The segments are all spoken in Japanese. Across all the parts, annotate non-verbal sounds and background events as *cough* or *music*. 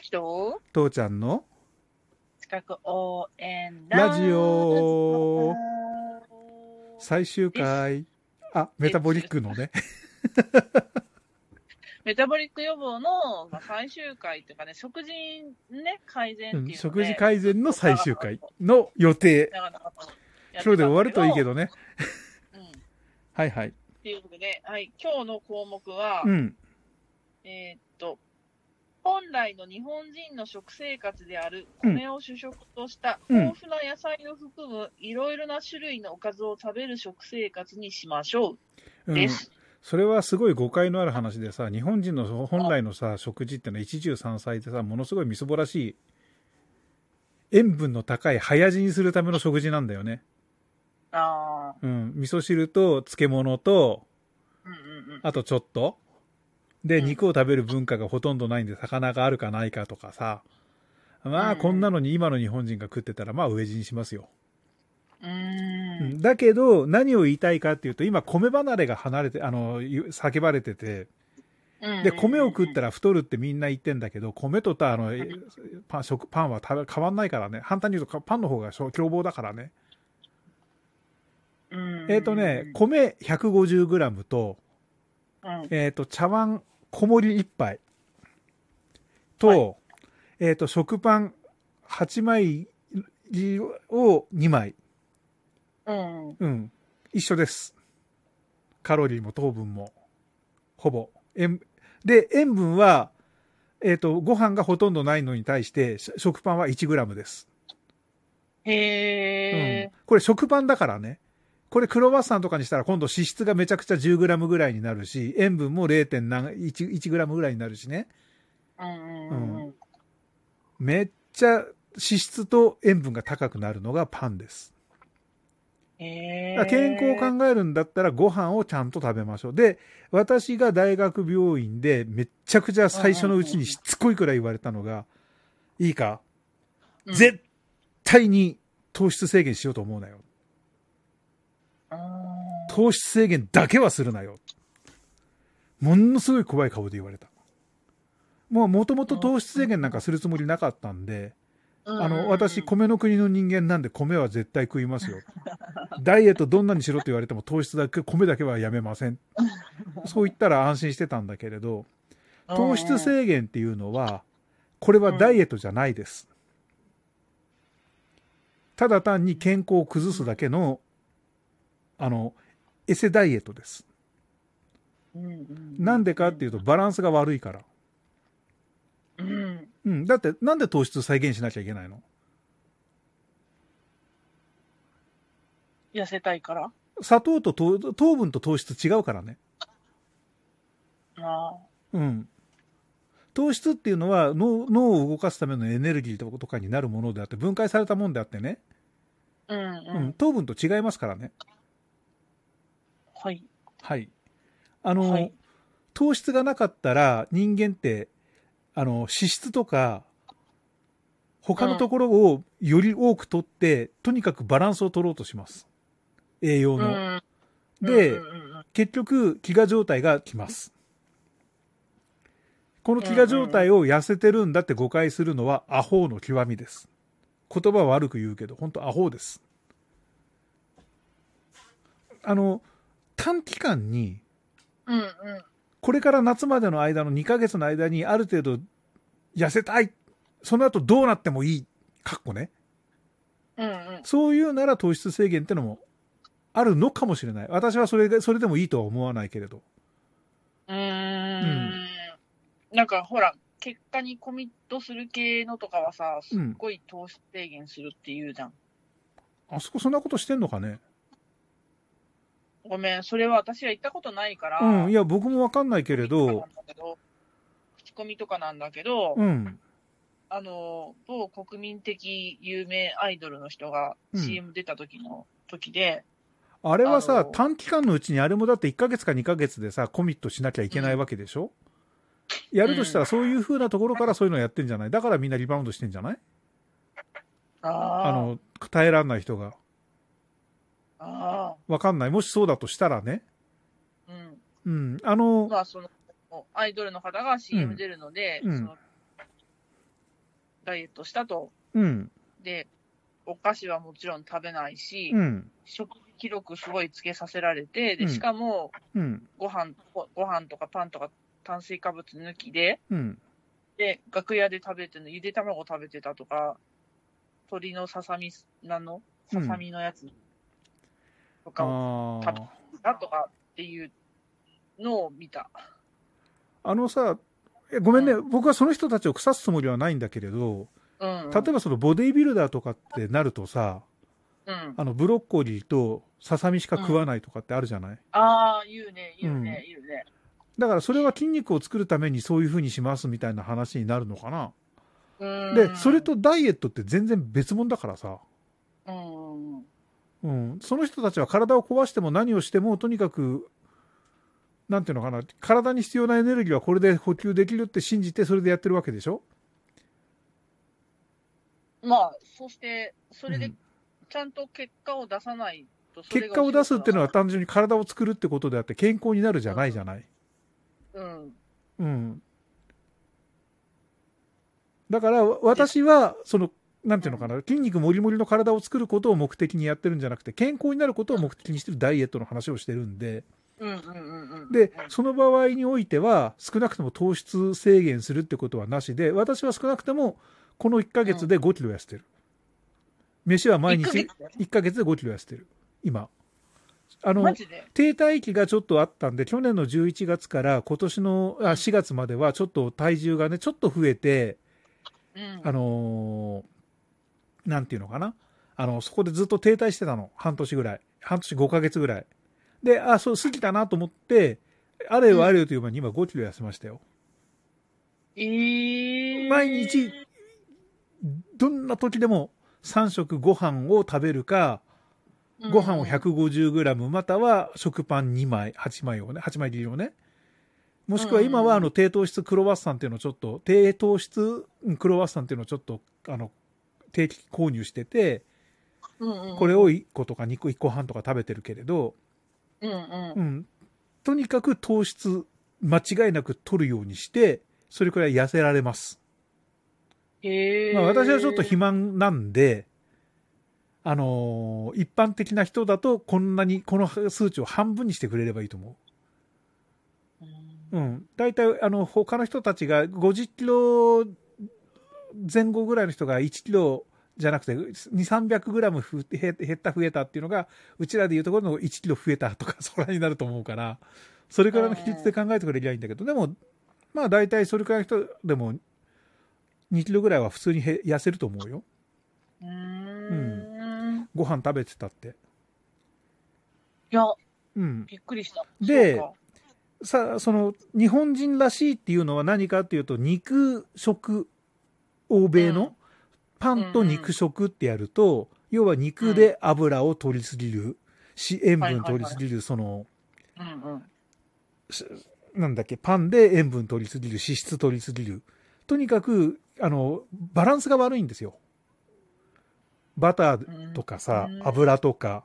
人父ちゃんの近く応援ラジオ最終回。あ、メタボリックのね。メタボリック予防のまあ最終回というかね、食事ね、改善っていううのんで食事改善の最終回の予定。なかなかこうやってたんだけど今日で終わるといいけどね。うんはいはい。っていうことで、はい、今日の項目は、うん。えーっと、本来の日本人の食生活である米を主食としたうん豊富な野菜を含むいろいろな種類のおかずを食べる食生活にしましょううんで、す。それはすごい誤解のある話でさ、日本人の本来のさ、食事ってのは一汁三菜でさ、ものすごいみすぼらしい、塩分の高い早死にするための食事なんだよね。ああ、うん。味噌汁と漬物と、うんうんうん。あとちょっと。で、うん肉を食べる文化がほとんどないんで、魚があるかないかとかさ。まうあ、んこんなのに今の日本人が食ってたら、まあ、飢え死にしますよ。うーん。だけど、何を言いたいかっていうと、今、米離れが離れて、あの、ゆ叫ばれてて、で、米を食ったら、ら太るってみんな言ってんだけど、米とた、あの、えパン、食、パンは食べ変わんないからね。反対に言うとか、パンの方がしょ凶暴だからね。うんえっ、とね、米 150g と、うんえっ、と、茶碗小盛り一杯と、はいえっ、と、食パン8枚を2枚。うん。うん。一緒です。カロリーも糖分も、ほぼ。塩で、塩分は、えっ、と、ご飯がほとんどないのに対して、し食パンは 1g です。へえ。うん、これ食パンだからね。これクロワッサンとかにしたら今度脂質がめちゃくちゃ 10g ぐらいになるし、塩分も 0.1g ぐらいになるしね。うんうんうん。めっちゃ脂質と塩分が高くなるのがパンです。へだからえ。健康を考えるんだったらご飯をちゃんと食べましょう。で、私が大学病院でめちゃくちゃ最初のうちにしつこいくらい言われたのが、いいか、うん絶対に糖質制限しようと思うなよ。うん糖質制限だけはするなよ。ものすごい怖い顔で言われた。もう元々糖質制限なんかするつもりなかったんで、あの、私、米の国の人間なんで米は絶対食いますよ。 *laughs* ダイエットどんなにしろって言われても糖質だけ、米だけはやめません。そう言ったら安心してたんだけれど、糖質うんうん制限っていうのは、これはダイエットじゃないです。ただ単に健康を崩すだけの、あの、エセダイエットです。なんでかっていうとバランスが悪いから。うん、うん。だって、なんで糖質制限しなきゃいけないの痩せたいから砂糖と糖糖分と糖質違うからね。あうん。糖質っていうのは脳脳を動かすためのエネルギーととかになるものであって分解されたもんであってね、あうんううんん、糖分と違いますからねはいはいあの、はい糖質がなかったら人間ってあの脂質とか他のところをより多く取って、とにかくバランスを取ろうとします栄養うの、んで、うんうんうん結局、飢餓状態が来ます。この飢餓状態を痩せてるんだって誤解するのはアホの極みです。言葉は悪く言うけど、本当アホです。あの、短期間に、うんうんこれから夏までの間の2ヶ月の間にある程度痩せたい。その後どうなってもいい。かっこね。うんうんそういうなら糖質制限ってのもあるのかもしれない。私はそれが、それでもいいとは思わないけれど。うーんなんかほら結果にコミットする系のとかはさすっごい糖質制限するって言うじゃん、あそこそんなことしてんのかねごめんそれは私は行ったことないから、うん、いや、僕もわかんないけれど、口コミとかなんだけど、うん、あの、某国民的有名アイドルの人がうん CM 出た時の時で、あれはあさ、の短期間のうちにあれもだって1ヶ月か2ヶ月でさ、コミットしなきゃいけないわけでしょ、やるとしたうらそういう風なところからそういうのやってんじゃないだからみんなリバウンドしてんじゃないああーの、耐えらんない人が。あわかんない。もしそうだとしたらね。ー、うん。うん、あの、まあ、その、アイドルの方が CM 出るので、うんそのダイエットしたと。うん。で、お菓子はもちろん食べないし、うん。食記録すごいつけさせられて、うで、んしかも、うん。ご飯、ごご飯とかパンとか炭水化物抜きで、うん。で、楽屋で食べての、ゆで卵食べてたとか、鶏のささみ、なのうさんさみのやつとあかを、ーだとかっていうのを見た。あのさ、えごめんね、う僕はその人たちを腐すつもりはないんだけれど、うん。例えばそのボディビルダーとかってなるとさ、うん。あのブロッコリーとささみしか食わないとかってあるじゃない、ああ、言うね、言うね、言うね。だからそれは筋肉を作るためにそういうふうにしますみたいな話になるのかな、うんで、それ、とダイエットって全然別物だからさ、うん。うん、その人たちは体を壊しても何をしてもとにかく、なんていうのかな、体に必要なエネルギーはこれで補給できるって信じてそれでやってるわけでしょまあ、そして、それうでん、ちゃんと結果を出さないと、それ結が果を出すっていうのは単純に体を作るってことであって健康になるじゃないじゃない。うん。うん。だからわ私は、その、なんていうのかな、筋肉もりもりの体を作ることを目的にやってるんじゃなくて、健康になることを目的にしてるダイエットの話をしてるんで、うんうんうんうん。で、その場合においては、少なくとも糖質制限するってことはなしで、私は少なくとも、この1ヶ月で5キロ痩せてる。飯は毎一ヶ日月、 1ヶ月で5キロ痩せてる。今。あのマ、ジで停滞期がちょっとあったんで、去年の11月から今年のあ4月までは、ちょっと体重がね、ちょっと増えて、うん。あのーなんていうのかな、あのそこでずっと停滞してたの、半年ぐらい、半年5ヶ月ぐらい。で、あ、そう、過ぎたなと思って、あれよあれよという間に今5キロ痩せましたよ。えー、毎日どんな時でも3食ご飯を食べるか、ご飯を100 150g、または食パン2枚、8枚をね、8枚切りをね。もしくは今うんうんうはんあの低糖質クロワッサンっていうのをちょっと、低糖質うんクロワッサンっていうのをちょっと、あの、定期購入してて、これを1個とか2個、1個半とか食べてるけれど、うんうんうん。とにかく糖質、間違いなく取るようにして、それくらい痩せられます。へえまあ、私はちょっと肥満なんで、あのー一般的な人だとこんなに、この数値を半分にしてくれればいいと思う。うん。大体、あの、他の人たちが50キロ前後ぐらいの人が1キロじゃなくて、2、300グラムふ減減った増えたっていうのが、うちらでいうところの1キロ増えたとか、 *laughs* そこらになると思うから、それからの比率で考えてくれりゃいいんだけど、でも、まあ大体それくらいの人でも、2キロぐらいは普通にへ痩せると思うよ。うんうんご飯食べてたって。いやうん。びっくりしたでそうかさあ、その、日本人らしいっていうのは何かっていうと、肉食、欧米うのん、パンと肉食ってやると、要は肉で油を取りすぎる、し、塩分取りすぎる、その、うんうんなんだっけ、パンで塩分取りすぎる、脂質取りすぎる。とにかく、あの、バランスが悪いんですよ。バターうんとかさう、ん油とか。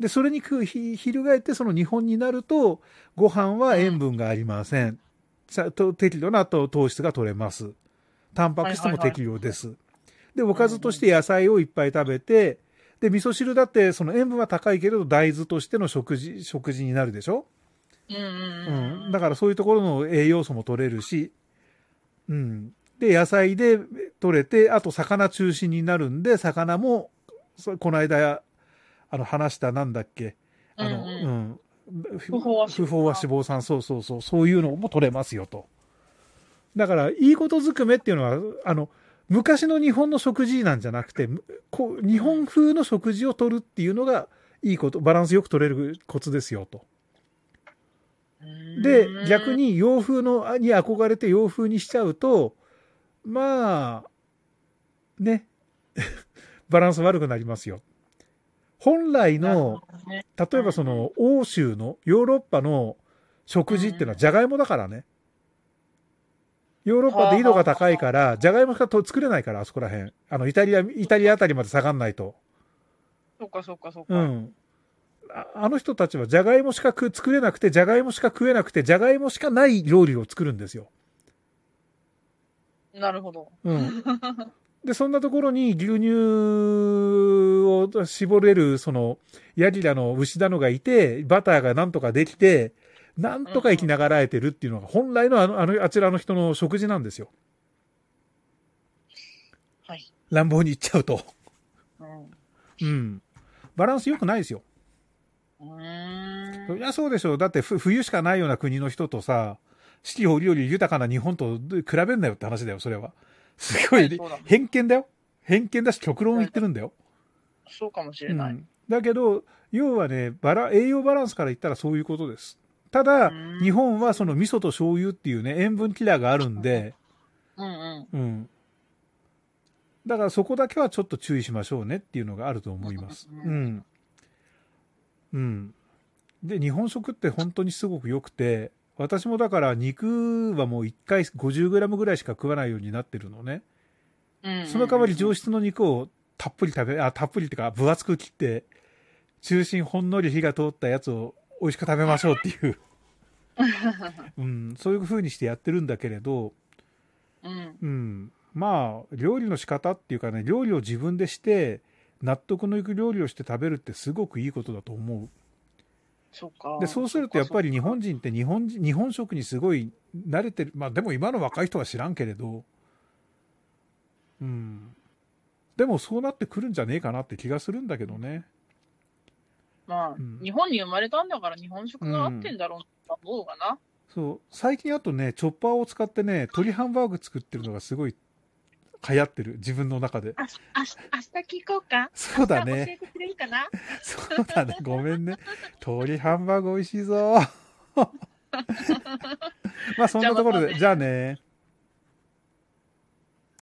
で、それにくひ、翻ってその日本になると、ご飯は塩分がありません。さと適度なと糖質が取れます。タンパク質も適量です。で、おかずとして野菜をいっぱい食べて、で、味噌汁だってその塩分は高いけれど、大豆としての食事、食事になるでしょうんうんうう、んんだからそういうところの栄養素も取れるし、うん。で、野菜で取れて、あと魚中心になるんで、魚も、そこの間、あの、話したなんだっけ、あの、ううんん。不不飽和脂肪酸不飽和脂肪酸、そうそうそう、そういうのも取れますよと。だから、いいことずくめっていうのは、あの、昔の日本の食事なんじゃなくて、むこう日本風の食事を取るっていうのが、いいこと、バランスよく取れるコツですよと。うんで、逆に洋風のあに憧れて洋風にしちゃうと、まあ、ね、 *laughs* バランス悪くなりますよ。本来なるほの、どね例えばその欧州のヨーロッパの食事っていうのはジャガイモだからね。ヨーロッパで緯度が高いから、ジャガイモしかと作れないから、あそこら辺。あの、イタリア、イタリアあたりまで下がんないと。そうかそうかそううかん。ああの人たちはジャガイモしか食う作れなくて、ジャガイモしか食えなくて、ジャガイモしかない料理を作るんですよ。なるほど。うん。 *laughs* で、そんなところに牛乳を絞れる、その、ヤギだの、牛だのがいて、バターがなんとかできて、なんとか生きながらえてるっていうのが、本来のあの、あの、あちらの人の食事なんですよ。はい。乱暴に言っちゃうと。うん。うん。バランス良くないですよ。うーそん。りゃそうでしょう。だってふ冬しかないような国の人とさ、四季折々豊かな日本と比べんなよって話だよ、それは。すごい、はいそうだね偏見だよ。偏見だし、極論を言ってるんだよ。そうかもしうれない。ん、だけど、要はねバラ、栄養バランスから言ったらそういうことです。ただ、うん日本はその味噌と醤油っていうね、塩分キラーがあるんで、うんうん。うん。だからそこだけはちょっと注意しましょうねっていうのがあると思います。うんうん。うん。で、日本食って本当にすごく良くて、私もだから肉はもう1回 50g ぐらいしか食わないようになってるのね。うんうんその代わりうん上質の肉をたっぷり食べ、あ、たっぷりってか分厚く切って、中心ほんのり火が通ったやつを美味しく食べましょうっ *laughs* ていう、うん、そういう風にしてやってるんだけれど、うん。うん、まあ料理の仕方っていうかね料理を自分でして納得のいく料理をして食べるってすごくいいことだと思そうかう。でそうするとやっぱり日本人って日本人日本食にすごい慣れてるまあでも今の若い人は知らんけれどうんでもそうなってくるんじゃねえかなって気がするんだけどねまあ、うん日本に生まれたんだから日本食が合ってんだろうと思うがな。そう最近あとねチョッパーを使ってね鶏ハンバーグ作ってるのがすごい流行ってる自分の中であ、あし、明日聞こうか。そうだね明日教えてくれるかな。 *laughs* そうだね、ごめんね。鶏ハ *laughs* ンバーグ美味しいぞ。まあそんなところで、じじゃあね。